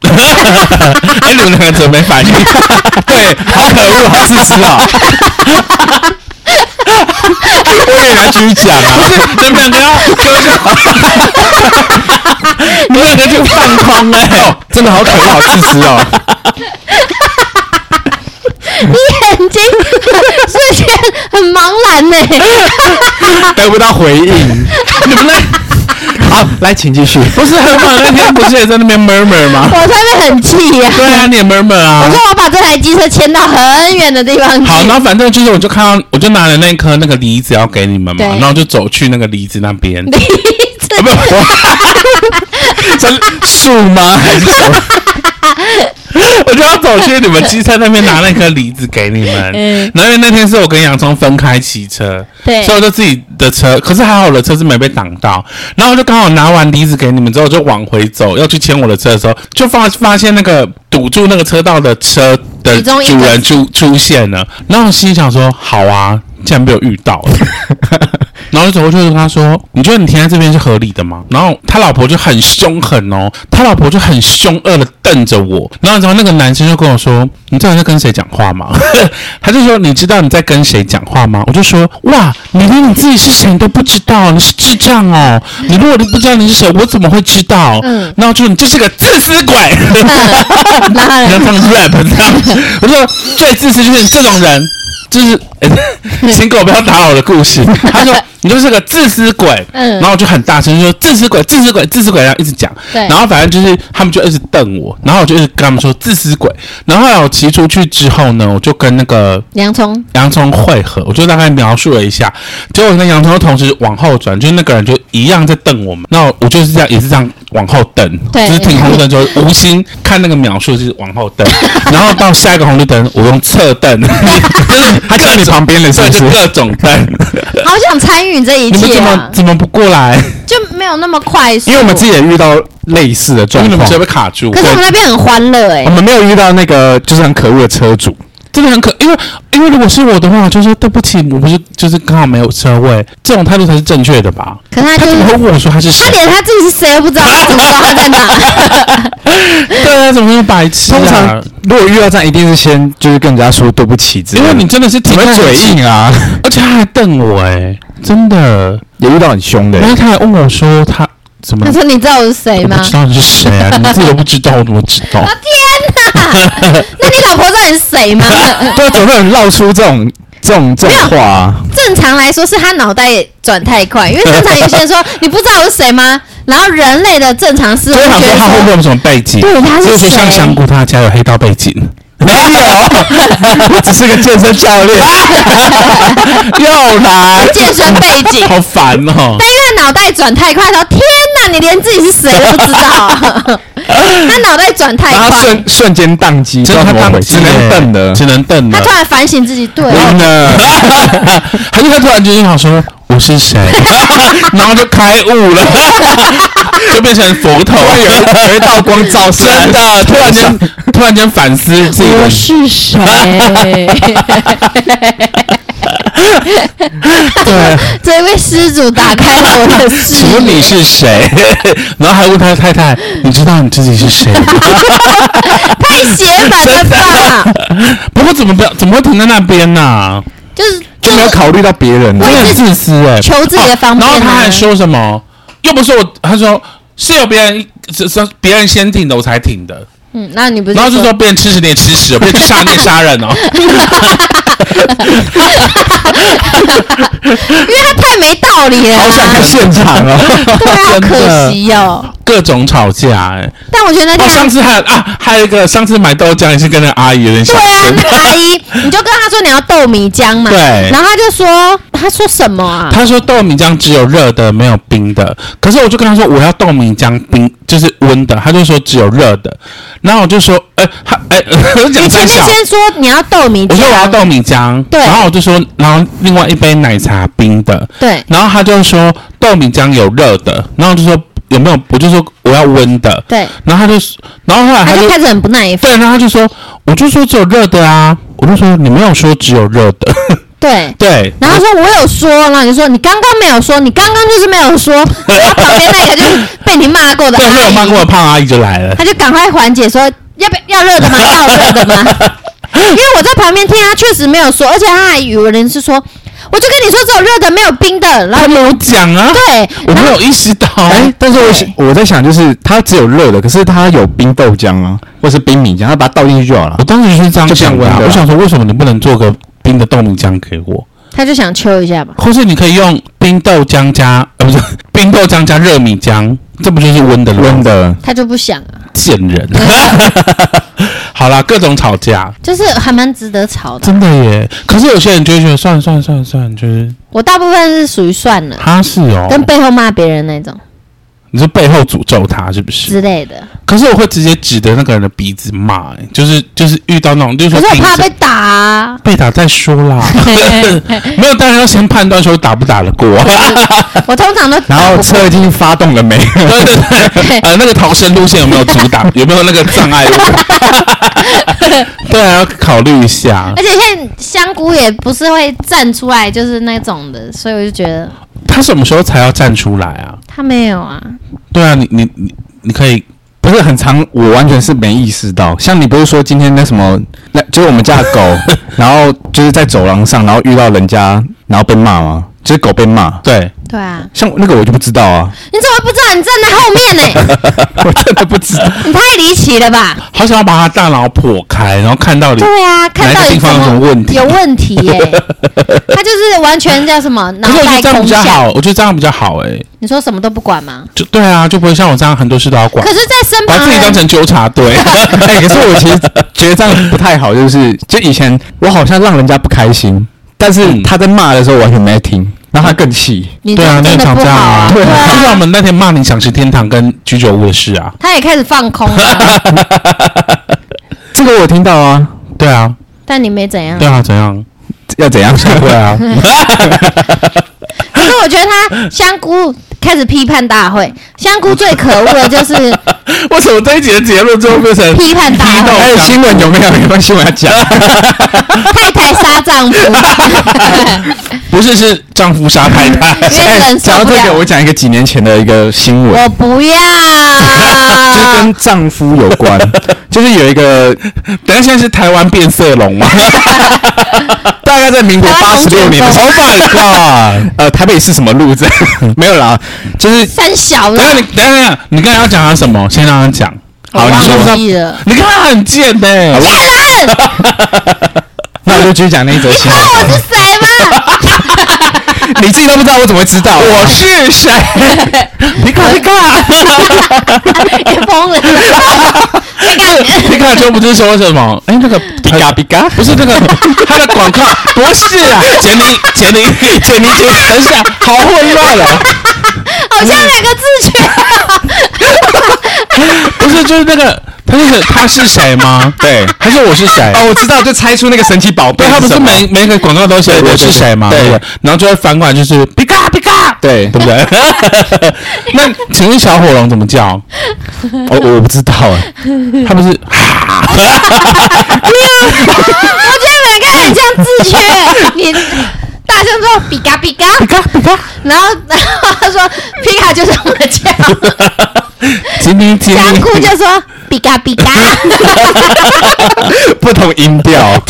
S2: 哎，你们两个怎么没反应？对，好可恶，好自私啊！我以为你要继续讲啊，不是，你们两个要给我讲，你们两个就放空哎、真的好可恶，好自私哦！
S3: 你眼睛瞬间很茫然呢、
S2: 得不到回应，你们那好，来，请继续。
S1: 不是很晚那天不是也在那边 murmur 吗？
S3: 我才会很气呀、
S1: 对啊，你也 murmur 啊。
S3: 我说我把这台机车牵到很远的地方去。
S1: 好，然后反正就是，我就看到，我就拿了那颗那个梨子要给你们嘛
S3: 对，
S1: 然后就走去那个梨子那边，
S3: 第一次
S2: 啊，不， 我真树 吗？还是什么？
S1: 我就要走去你们机车那边拿那颗梨子给你们。
S3: 嗯
S1: 然后因为那天是我跟洋葱分开骑车，
S3: 对
S1: 所以我就自己的车，可是还好我的车是没被挡到。然后我就刚好拿完梨子给你们之后，就往回走，要去牵我的车的时候，就发发现那个堵住那个车道的车的
S3: 其中一个
S1: 主人出出现了。然后我心里想说，好啊，竟然被我遇到了。然后就走过去跟他说：“你觉得你停在这边是合理的吗？”然后他老婆就很凶狠哦，他老婆就很凶恶的瞪着我。然后你知道那个男生就跟我说：“你知道你在跟谁讲话吗？” 他就说：“你知道你在跟谁讲话吗？”我就说：“哇，你连你自己是谁都不知道，你是智障哦！你如果你不知道你是谁，我怎么会知道？”
S3: 嗯
S1: 然后就你就是个自私鬼。
S3: 然后
S1: 你
S3: 呢
S1: 要 唱 rap，你知道吗？我说最自私就是你这种人，就是、哎请狗不要打扰我的故事。他 说你就是个自私鬼，
S3: 嗯
S1: 然后我就很大声说自私鬼，自私鬼，自私鬼，然后一直讲，
S3: 对
S1: 然后反正就是他们就一直瞪我，然后我就一直跟他们说自私鬼。然后后来我骑出去之后呢，我就跟那个
S3: 洋葱，
S1: 洋葱会合，我就大概描述了一下，结果我跟洋葱同时往后转，就是那个人就一样在瞪我们，那我就是这样也是这样往后瞪，
S3: 对
S1: 就是停红绿灯之后无心看那个描述就是往后瞪，然后到下一个红绿灯我用侧瞪，就是
S2: 他站你旁边了是
S1: 对，
S2: 不
S1: 就是各种瞪，
S3: 好想参与这
S1: 你
S3: 一
S1: 们
S3: 切
S1: 怎么
S3: 啊，
S1: 怎么不过来？
S3: 就没有那么快速。
S2: 因为我们自己也遇到类似的
S1: 因
S2: 状
S1: 为你们
S2: 况
S1: 车，被卡住，
S3: 可是我们那边很欢乐哎、
S2: 我们没有遇到那个就是很可恶的车主，
S1: 真的很可，因为因为如果是我的话，我就说对不起，我不是就是刚好没有车位，这种态度才是正确的吧？
S3: 可是他
S1: 他
S3: 就
S1: 怎么会
S3: 是
S1: 问我说他是谁
S3: 他？连他自己是谁都不知道，他怎么知道他在 哪？
S1: 对啊，怎么那么白痴啊？
S2: 通常如果遇到这样，一定是先就是跟人家说对不起之类
S1: 因
S2: 的，
S1: 为你真的是
S2: 怎
S1: 挺
S2: 么会嘴硬 啊，
S1: 而且他还瞪我哎、真的。
S2: 也遇到很凶的
S1: 然，后他还问我说他怎么
S3: 他说你知道我是谁
S1: 我
S3: 吗
S1: 不？知道你是谁 啊？你自己都不知道，我怎么知道
S3: 啊？天哪！ 那你老婆知道你是谁 吗？
S2: 对，怎么会有人闹出这种这种这种话啊？
S3: 正常来说是他脑袋转太快，因为正常有些人说你不知道我是谁吗？然后人类的正常思
S1: 所以
S3: 维
S2: 啊
S1: 想说
S3: 觉得
S1: 他会不会
S3: 说，
S1: 有什么背景？
S3: 对他是
S1: 就是
S3: 谁
S1: 像香菇他家有黑道背景，
S2: 没有， 我只是个健身教 练，
S1: 又 来
S3: 有健身背景
S1: 好烦 哦
S3: 但。因为他脑袋转太快，他说天哪，你连自己是谁都不 知道，他脑袋转太
S2: 然后
S3: 快，
S2: 瞬瞬间宕机，不
S1: 真的他
S2: 知道怎么
S1: 当
S2: 回
S1: 机
S2: 事只能
S1: 耶
S2: 瞪的，
S1: 只能瞪
S3: 他
S1: 了
S3: 突。然反省自己，对，
S2: 真的。
S1: 他就他突然间就想说我是 谁，然后就开悟 了，就变成佛头，
S2: 有有一道光照射来
S1: 真的，突然间 突然间反思自己的
S3: 我是谁？
S2: 对，
S3: 这位施主打开了我的 视
S1: 请问
S3: 野，
S1: 你是谁？ 然后还问他太太，你知道你自己是谁吗？
S3: 太邪门了吧？
S1: 不过怎么不要怎么会停在那边呢、
S3: 就是
S2: 就没有考虑到别人了
S3: 我
S1: 真。的很自私哎、
S3: 求自己的方便、
S1: 然
S3: 啊
S1: 后他还说什么？又不是我，他说是有别人是是别人先停的，我才停的。
S3: 嗯，那你不是
S1: 然后就说别人吃屎你也吃屎，别人去杀你也杀 人哦。
S3: 因为他太没道理了、啊，
S2: 好想看现场 哦！
S3: 对啊，好
S1: 真的
S3: 可惜哦。
S1: 各种吵架哎、
S3: 但我觉得那
S1: 哦，
S3: 天、
S1: 上次还有啊，还有一个上次买豆浆也是跟那个阿姨有点小
S3: 对啊，
S1: 争
S3: 那。个阿姨，你就跟她说你要豆米浆嘛，
S1: 对
S3: 然后她就说，她说什么啊？
S1: 他说豆米浆只有热的，没有冰的。可是我就跟他说我要豆米浆冰，就是温的。他就说只有热的。然后我就说，呃，他，呃，我 讲
S3: 你
S1: 三
S3: 前面
S1: 小，
S3: 先说你要豆米浆，
S1: 我说我要豆米浆，
S3: 对
S1: 然后我就说，然后另外一杯奶茶冰的，
S3: 对
S1: 然后他就说豆米浆有热的，然后我就说有没有，我就说我要温的，
S3: 对，
S1: 然后他就，然后后来
S3: 她
S1: 他
S3: 就
S1: 就
S3: 开始很不耐
S1: 对，
S3: 烦，
S1: 然后他就说，我就说只有热的啊，我就说你没有说只有热的，
S3: 对。
S1: 对，
S3: 然后说我有说，然后你就说你刚刚没有说，你刚刚就是没有说。然后旁边那个就是被你骂过的阿
S1: 对，
S3: 姨，
S1: 被我骂过的胖阿姨就来了。
S3: 他就赶快缓解说要不要热的 吗？要热的吗？因为我在旁边听，他确实没有说，而且他还语无伦次说，我就跟你说只有热的，没有冰的。然
S1: 他
S3: 后
S1: 没有讲啊，
S3: 对，
S1: 我
S3: 然
S1: 没
S3: 后
S1: 有意识到。
S2: 哎、但是我想我在想，就是它只有热的，可是它有冰豆浆啊，或是冰米浆，它把它倒进去就好了
S1: 我。当时是这样
S2: 就
S1: 想
S2: 降温
S1: 的啊，
S2: 的啊
S1: 我想说为什么你不能做个冰的豆米浆给我，
S3: 他就想秋一下嘛。
S1: 或是你可以用冰豆浆加呃不是 冰豆浆加热米浆，这不就是温的了吗
S2: 温的，
S3: 他就不想啊，
S1: 贱人。 好啦，各种吵架，
S3: 就是还蛮值得吵的。
S1: 真的耶。可是有些人就会觉得算了算了算了算了，就是
S3: 我大部分是属于算了，
S1: 他是哦，
S3: 跟背后骂别人那种
S1: 你是背后诅咒他是不是？
S3: 之类的。
S1: 可是我会直接指着那个人的鼻子骂、欸就是就是遇到那种，就是
S3: 可
S1: 说
S3: 是我
S1: 盯
S3: 怕
S1: 着
S3: 被打、啊，
S1: 被打再说 啦。没有，当然要先判断说打不打得过。啊
S3: 我通常都
S2: 然后车已经发动了没？
S1: 对对对，呃，那个逃生路线有没有阻 挡？有没有那个障碍物？对啊，要考虑一下。
S3: 而且现在香菇也不是会站出来，就是那种的，所以我就觉得
S1: 他什么时候才要站出来啊？
S3: 他没有啊。
S1: 对啊，你你你你可以
S2: 不是很长，我完全是没意识到。像你不是说今天那什么，那就是我们家 的狗，然后就是在走廊上，然后遇到人家，然后被骂吗？就是狗被骂，
S1: 对，
S3: 对啊，
S2: 像那个我就不知道啊，
S3: 你怎么会不知道？你站在后面呢、
S2: 我真的不知道。
S3: 你太离奇了吧？
S1: 好想要把他大脑破开，然后看到你。
S3: 对啊，看到
S1: 哪一个地
S3: 底怎
S1: 方有什么问题
S3: 有问题耶、 他就是完全叫什么脑
S1: 可是我觉
S3: 袋
S1: 得这样
S3: 空
S1: 比较
S3: 想。
S1: 好，我觉得这样比较好哎、欸
S3: 你说什么都不管吗？
S1: 就对啊，就不会像我这样很多事都要管
S3: 可，是，在 身
S1: 把
S3: 旁
S1: 自己当
S3: 人
S1: 成纠察 队。
S2: 哎、可是我其实觉得这样不太好，就是就以前我好像让人家不开心，但是
S1: 嗯
S2: 他在骂的时候我完全没在听，然后他更气。
S3: 你
S1: 对啊，
S3: 这
S1: 那
S3: 样
S1: 个
S3: 真的
S1: 吵
S3: 不
S1: 架
S3: 好啊。
S1: 对
S3: 对
S1: 啊，就像我
S3: 啊，
S1: 们那天骂你想吃天堂跟居酒屋的事啊，
S3: 他也开始放 空了，
S2: 这个我听到啊，
S1: 对啊，
S3: 但你没怎样
S1: 对。啊，怎样？
S2: 要怎样？
S1: 对 啊，
S3: 可是我觉得他香菇开始批判大会，香菇最可恶的 就是
S1: 为什么这一集的结论最后变成
S3: 批判大
S1: 批
S3: 会，
S1: 斗
S2: 还有哎新闻有没有？有没有新闻要 讲？
S3: 太太杀 丈夫，
S1: 不是是丈夫杀太太？
S3: 因为忍受
S2: 讲到
S3: 不
S2: 这个，
S3: 了。
S2: 我讲一个几年前的一个新 闻，
S3: 我不要，
S2: 就是跟丈夫有关，就是有一个
S1: 等一下现在是台湾变色龙 吗？
S2: 大概在民国
S3: 台
S2: 八
S3: 湾
S2: 十
S3: 同
S2: 六
S3: 学
S2: 年的时候，Oh
S3: 哎
S2: my god！呃，台北是什么 路子？没有啦，就是
S3: 三小
S1: 等一下你
S3: 了，
S1: 等一下等一下，你刚才要讲他什么？先让他讲。
S3: 我
S1: 好，你说
S3: 忘
S1: 他，
S3: 记了。
S1: 你看他很贱呢、
S3: 贱人，
S2: 那我就继续讲那一则新
S3: 那
S2: 闻。
S3: 我是谁吗？
S2: 你自己都不知道，我怎么会知道？
S1: 我是谁？皮卡皮卡
S3: 你疯了！哎那个
S1: 皮卡丘不是说什么？哎、那个皮
S2: 比嘎比嘎，
S1: 不是那个他的广告，不是啊，杰尼杰尼杰尼杰，等一下，好混乱哦。
S3: 好像两个字缺，
S1: 不是，就是那个他那个他是谁吗？
S2: 对
S1: 还是我是谁？
S2: 哦，我知道，就猜出那个神奇宝贝
S1: 对，
S2: 什
S1: 他不
S2: 么。
S1: 是每每个广告都写
S2: 对对
S1: 我
S2: 对
S1: 是谁吗？
S2: 对
S1: 不，然后就会翻过来就是皮卡皮卡，
S2: 对
S1: 对不对？那请问小火龙怎么叫？
S2: 我我不知道哎，
S1: 他不是
S3: 我觉得每个很像字缺。你大声说比嘎比嘎，
S1: 皮卡皮卡，
S3: 然后然后他说皮卡就是我的叫，
S1: 吉尼吉
S3: 香
S1: 尼，
S3: 菇就说比嘎比嘎，
S2: 不同音调。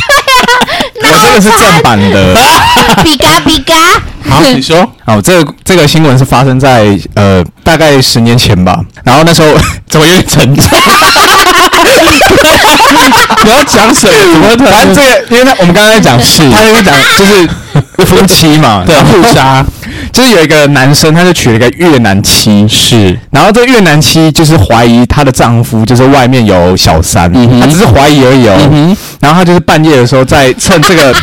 S2: 我这个是正版的。
S3: 比嘎比嘎。
S1: 好，你说
S2: 好，哦这个这个新闻是发生在呃大概十年前吧。然后那时候 怎么有点沉重？
S1: 你要讲什么？怎么
S2: 反正这个，因为他我们刚刚在讲是，他就会讲就是夫妻 嘛，
S1: 对
S2: 然后
S1: 互杀？
S2: 就是有一个男生，他就娶了一个越南妻，
S1: 是
S2: 然后这越南妻就是怀疑她的丈夫就是外面有小三，
S1: 嗯哼
S2: 她只是怀疑而已哦。
S1: 嗯哼
S2: 然后她就是半夜的时候，在趁这 个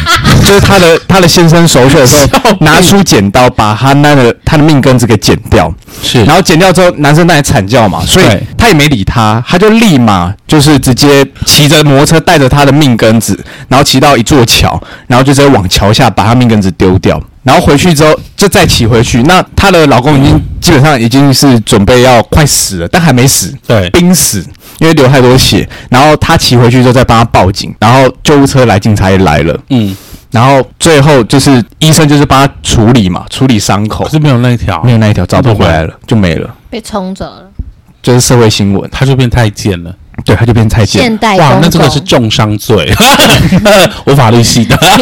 S2: 就是她的她的先生熟睡的时候
S1: 笑，死
S2: 拿出剪刀把她那个她的命根子给剪掉。
S1: 是，
S2: 然后剪掉之后，男生当然惨叫嘛，所以
S1: 对
S2: 他也没理他，他就立马就是直接骑着摩托车带着他的命根子，然后骑到一座桥，然后就直接往桥下把他命根子丢掉，然后回去之后就再骑回去。那她的老公已经基本上已经是准备要快死了，但还没死，
S1: 对
S2: 濒死，因为流太多血。然后她骑回去之后再帮他报警，然后救护车来，警察也来了。
S1: 嗯，
S2: 然后最后就是医生就是帮他处理嘛，处理伤口
S1: 可，是没有那一条
S2: 没，有那一条找不回来了，就没了，
S3: 被冲走了。
S2: 就是社会新闻，
S1: 他就变太监了。
S2: 对，他就变太监
S3: 现。代公
S1: 哇，
S3: 公
S1: 那真的是重伤罪， 我法律 系的。
S2: 啊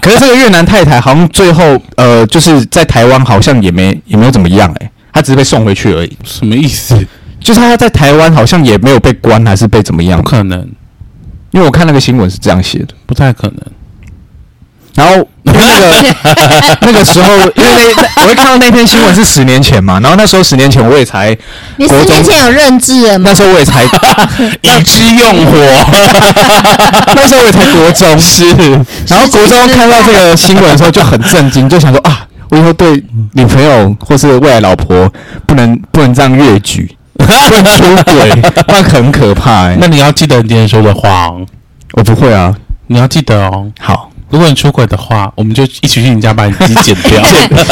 S2: 可是这个越南太太好像最后呃，就是在台湾好像也没也没有怎么样哎、欸，她只是被送回去而已。
S1: 什么意思？
S2: 就是她在台湾好像也没有被关，还是被怎么样
S1: 不？可能，
S2: 因为我看那个新闻是这样写的。
S1: 不太可能。
S2: 然后因为那个 那个时候，因为那那我会看到那篇新闻是十年前嘛，然后那时候十年前我也才
S3: 你十
S2: 国中
S3: 年前有认知了吗
S2: 那？时候我也 才
S1: 以之用火，
S2: 那时候我也才国中，是。然后国中看到这个新闻的时候就很震惊，就想说啊，我以后对女朋友或是未来老婆不能不能这样越矩，不能出轨，不然很可怕、欸。
S1: 那你要记得你今天说的话哦，
S2: 我不会啊，
S1: 你要记得哦。
S2: 好，
S1: 如果你出轨的话，我们就一起去你家把你自己剪 掉，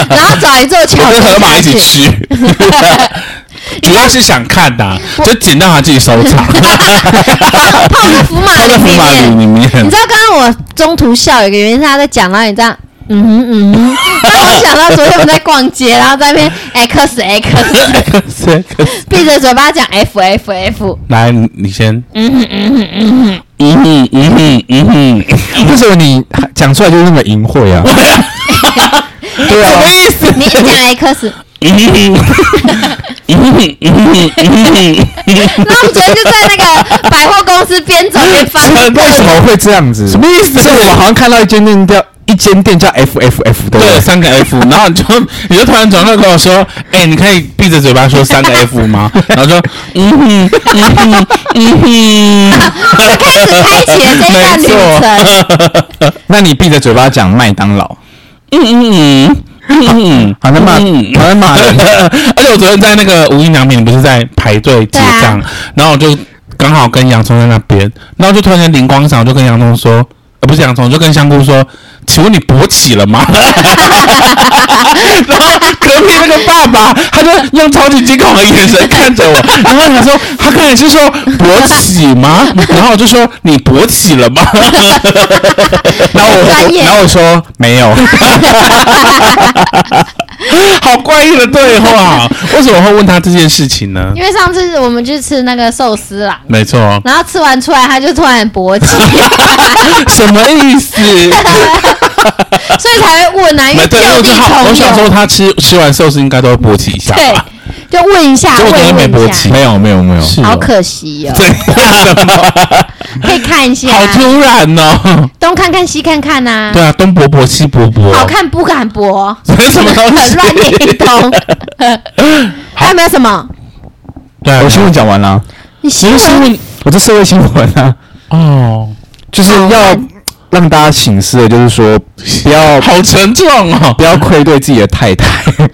S3: 然后找一座桥
S1: 我跟河马一起
S3: 去。
S1: 去。主要是想看的、就剪到他自己收 藏，
S3: 泡在福马
S1: 放
S3: 林
S1: 在
S3: 里
S1: 福马里
S3: 面。
S1: 里
S3: 你
S1: 面
S3: 知。道刚刚我中途笑有一个原因是他在讲，然后你这样。嗯哼嗯哼，然后我想到昨天我们在逛街，然后在 那边 x x，闭
S2: 嗯
S3: 着嘴巴讲 f f f，
S1: 来，你你先。
S3: 嗯哼嗯哼嗯哼，
S1: 嗯哼嗯哼嗯哼，
S2: 为什么你讲出来就是那么淫秽 啊？对啊，
S3: 你讲 x，
S1: 嗯哼嗯哼嗯哼 嗯哼，
S3: 然后我们昨天就在那个百货公司边走边翻，
S2: 为什么会这样子？什么意思？是我好像看到一间店叫一间店叫 F F F 对不
S1: 对，
S2: 对？
S1: 三个 F，然后你就你就突然转过来跟我说，哎、你可以闭着嘴巴说三个 F 吗？然后说，嗯哼嗯哼嗯哼，
S3: 就开始开启了这一段旅程。
S2: 那你闭着嘴巴讲麦当劳，
S1: 嗯嗯嗯嗯，
S2: 好像骂
S1: 嗯
S2: 好像骂人。
S1: 而且我昨天在那个无印良品，不是在排队结账，
S3: 对
S1: 然后我就刚好跟洋葱在那边，然后就突然间灵光一闪，我就跟洋葱说，呃，不是洋葱，我就跟香菇说，请问你勃起了吗？ 然后隔壁那个爸爸，他就用超级惊恐的眼神看着我，然后他说，他刚才是说勃起吗？然后我就说你勃起了吗？
S2: 然后
S3: 专业
S2: 我，然后我说没有，
S1: 好怪异的对 话，为什么会问他这件事情呢？
S3: 因为上次我们去吃那个寿司啦，
S1: 没错，
S3: 然后吃完出来他就突然勃 起，
S1: 什么意 思？
S3: 所以才会问啊，因
S1: 没
S3: 为就
S1: 对，我
S3: 地
S1: 就好，我
S3: 重
S1: 想
S3: 游
S1: 说。他吃吃完寿司应该都会勃起一下
S3: 对
S1: 吧？，
S3: 就问一下，
S1: 结
S3: 慰
S1: 果昨天没
S3: 问一
S1: 勃
S3: 下
S1: 起，
S2: 没有，没有，没有。
S1: 是哦
S3: 好可惜哦，
S1: 对，为什么？
S3: 可以看一下，
S1: 好突然 哦！
S3: 东看看西看看呐、
S1: 对啊，东伯伯西伯伯，
S3: 好看不敢博，
S1: 什么东西？
S3: 啊乱念一 通。还有没有什么？
S1: 对啊，
S2: 我新闻讲完了，
S3: 你新
S1: 新
S3: 闻
S1: 闻
S2: 我这社会新闻啊，
S1: 哦，
S2: 就是要让大家醒思的，就是说不要
S1: 好沉重哦
S2: 不。要愧对自己的太太。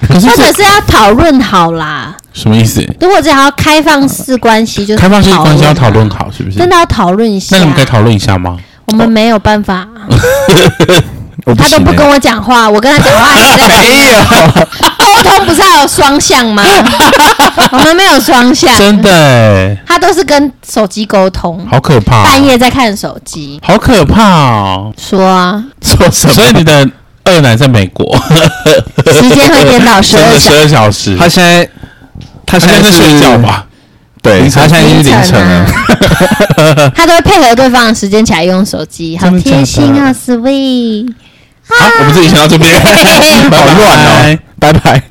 S1: 可是
S3: 或者
S1: 这
S3: 是要讨论好啦。
S1: 什么意思？
S3: 如果只要开放式关系，就是
S1: 开放式关系要讨论
S3: 啊，
S1: 好，是不是？
S3: 真的要啊讨论一下。
S1: 那你们可以讨论一下吗？
S3: 我们没有办法，
S2: 我不
S3: 他都
S2: 行
S3: 不
S2: 欸
S3: 跟我讲话，我跟他讲话也在
S1: 哎
S3: 讲
S2: 没有，
S3: 沟通，不是还有双向 吗？我们没有双向，
S1: 真的欸，
S3: 他都是跟手机沟通，
S1: 好可怕哦，
S3: 半夜在看手机，
S1: 好可怕哦！
S3: 说啊，
S2: 说什
S1: 所以
S2: 么？
S1: 你的二奶在美国，
S3: 时间会颠倒十
S1: 真
S3: 二
S1: 的
S3: 小
S1: 十
S3: 时。
S1: 二小时，
S2: 他现在他
S1: 他
S2: 现
S1: 现在在
S2: 是
S1: 睡觉？ 吧？
S2: 对，
S1: 凌晨
S2: 他现在已经是凌晨了
S3: 凌。他都会配合对方的时间起来用手机，好
S1: 真的假的
S3: 贴心啊，sweet。
S1: 好，我们自己先到这边，
S2: 好乱哦，拜拜。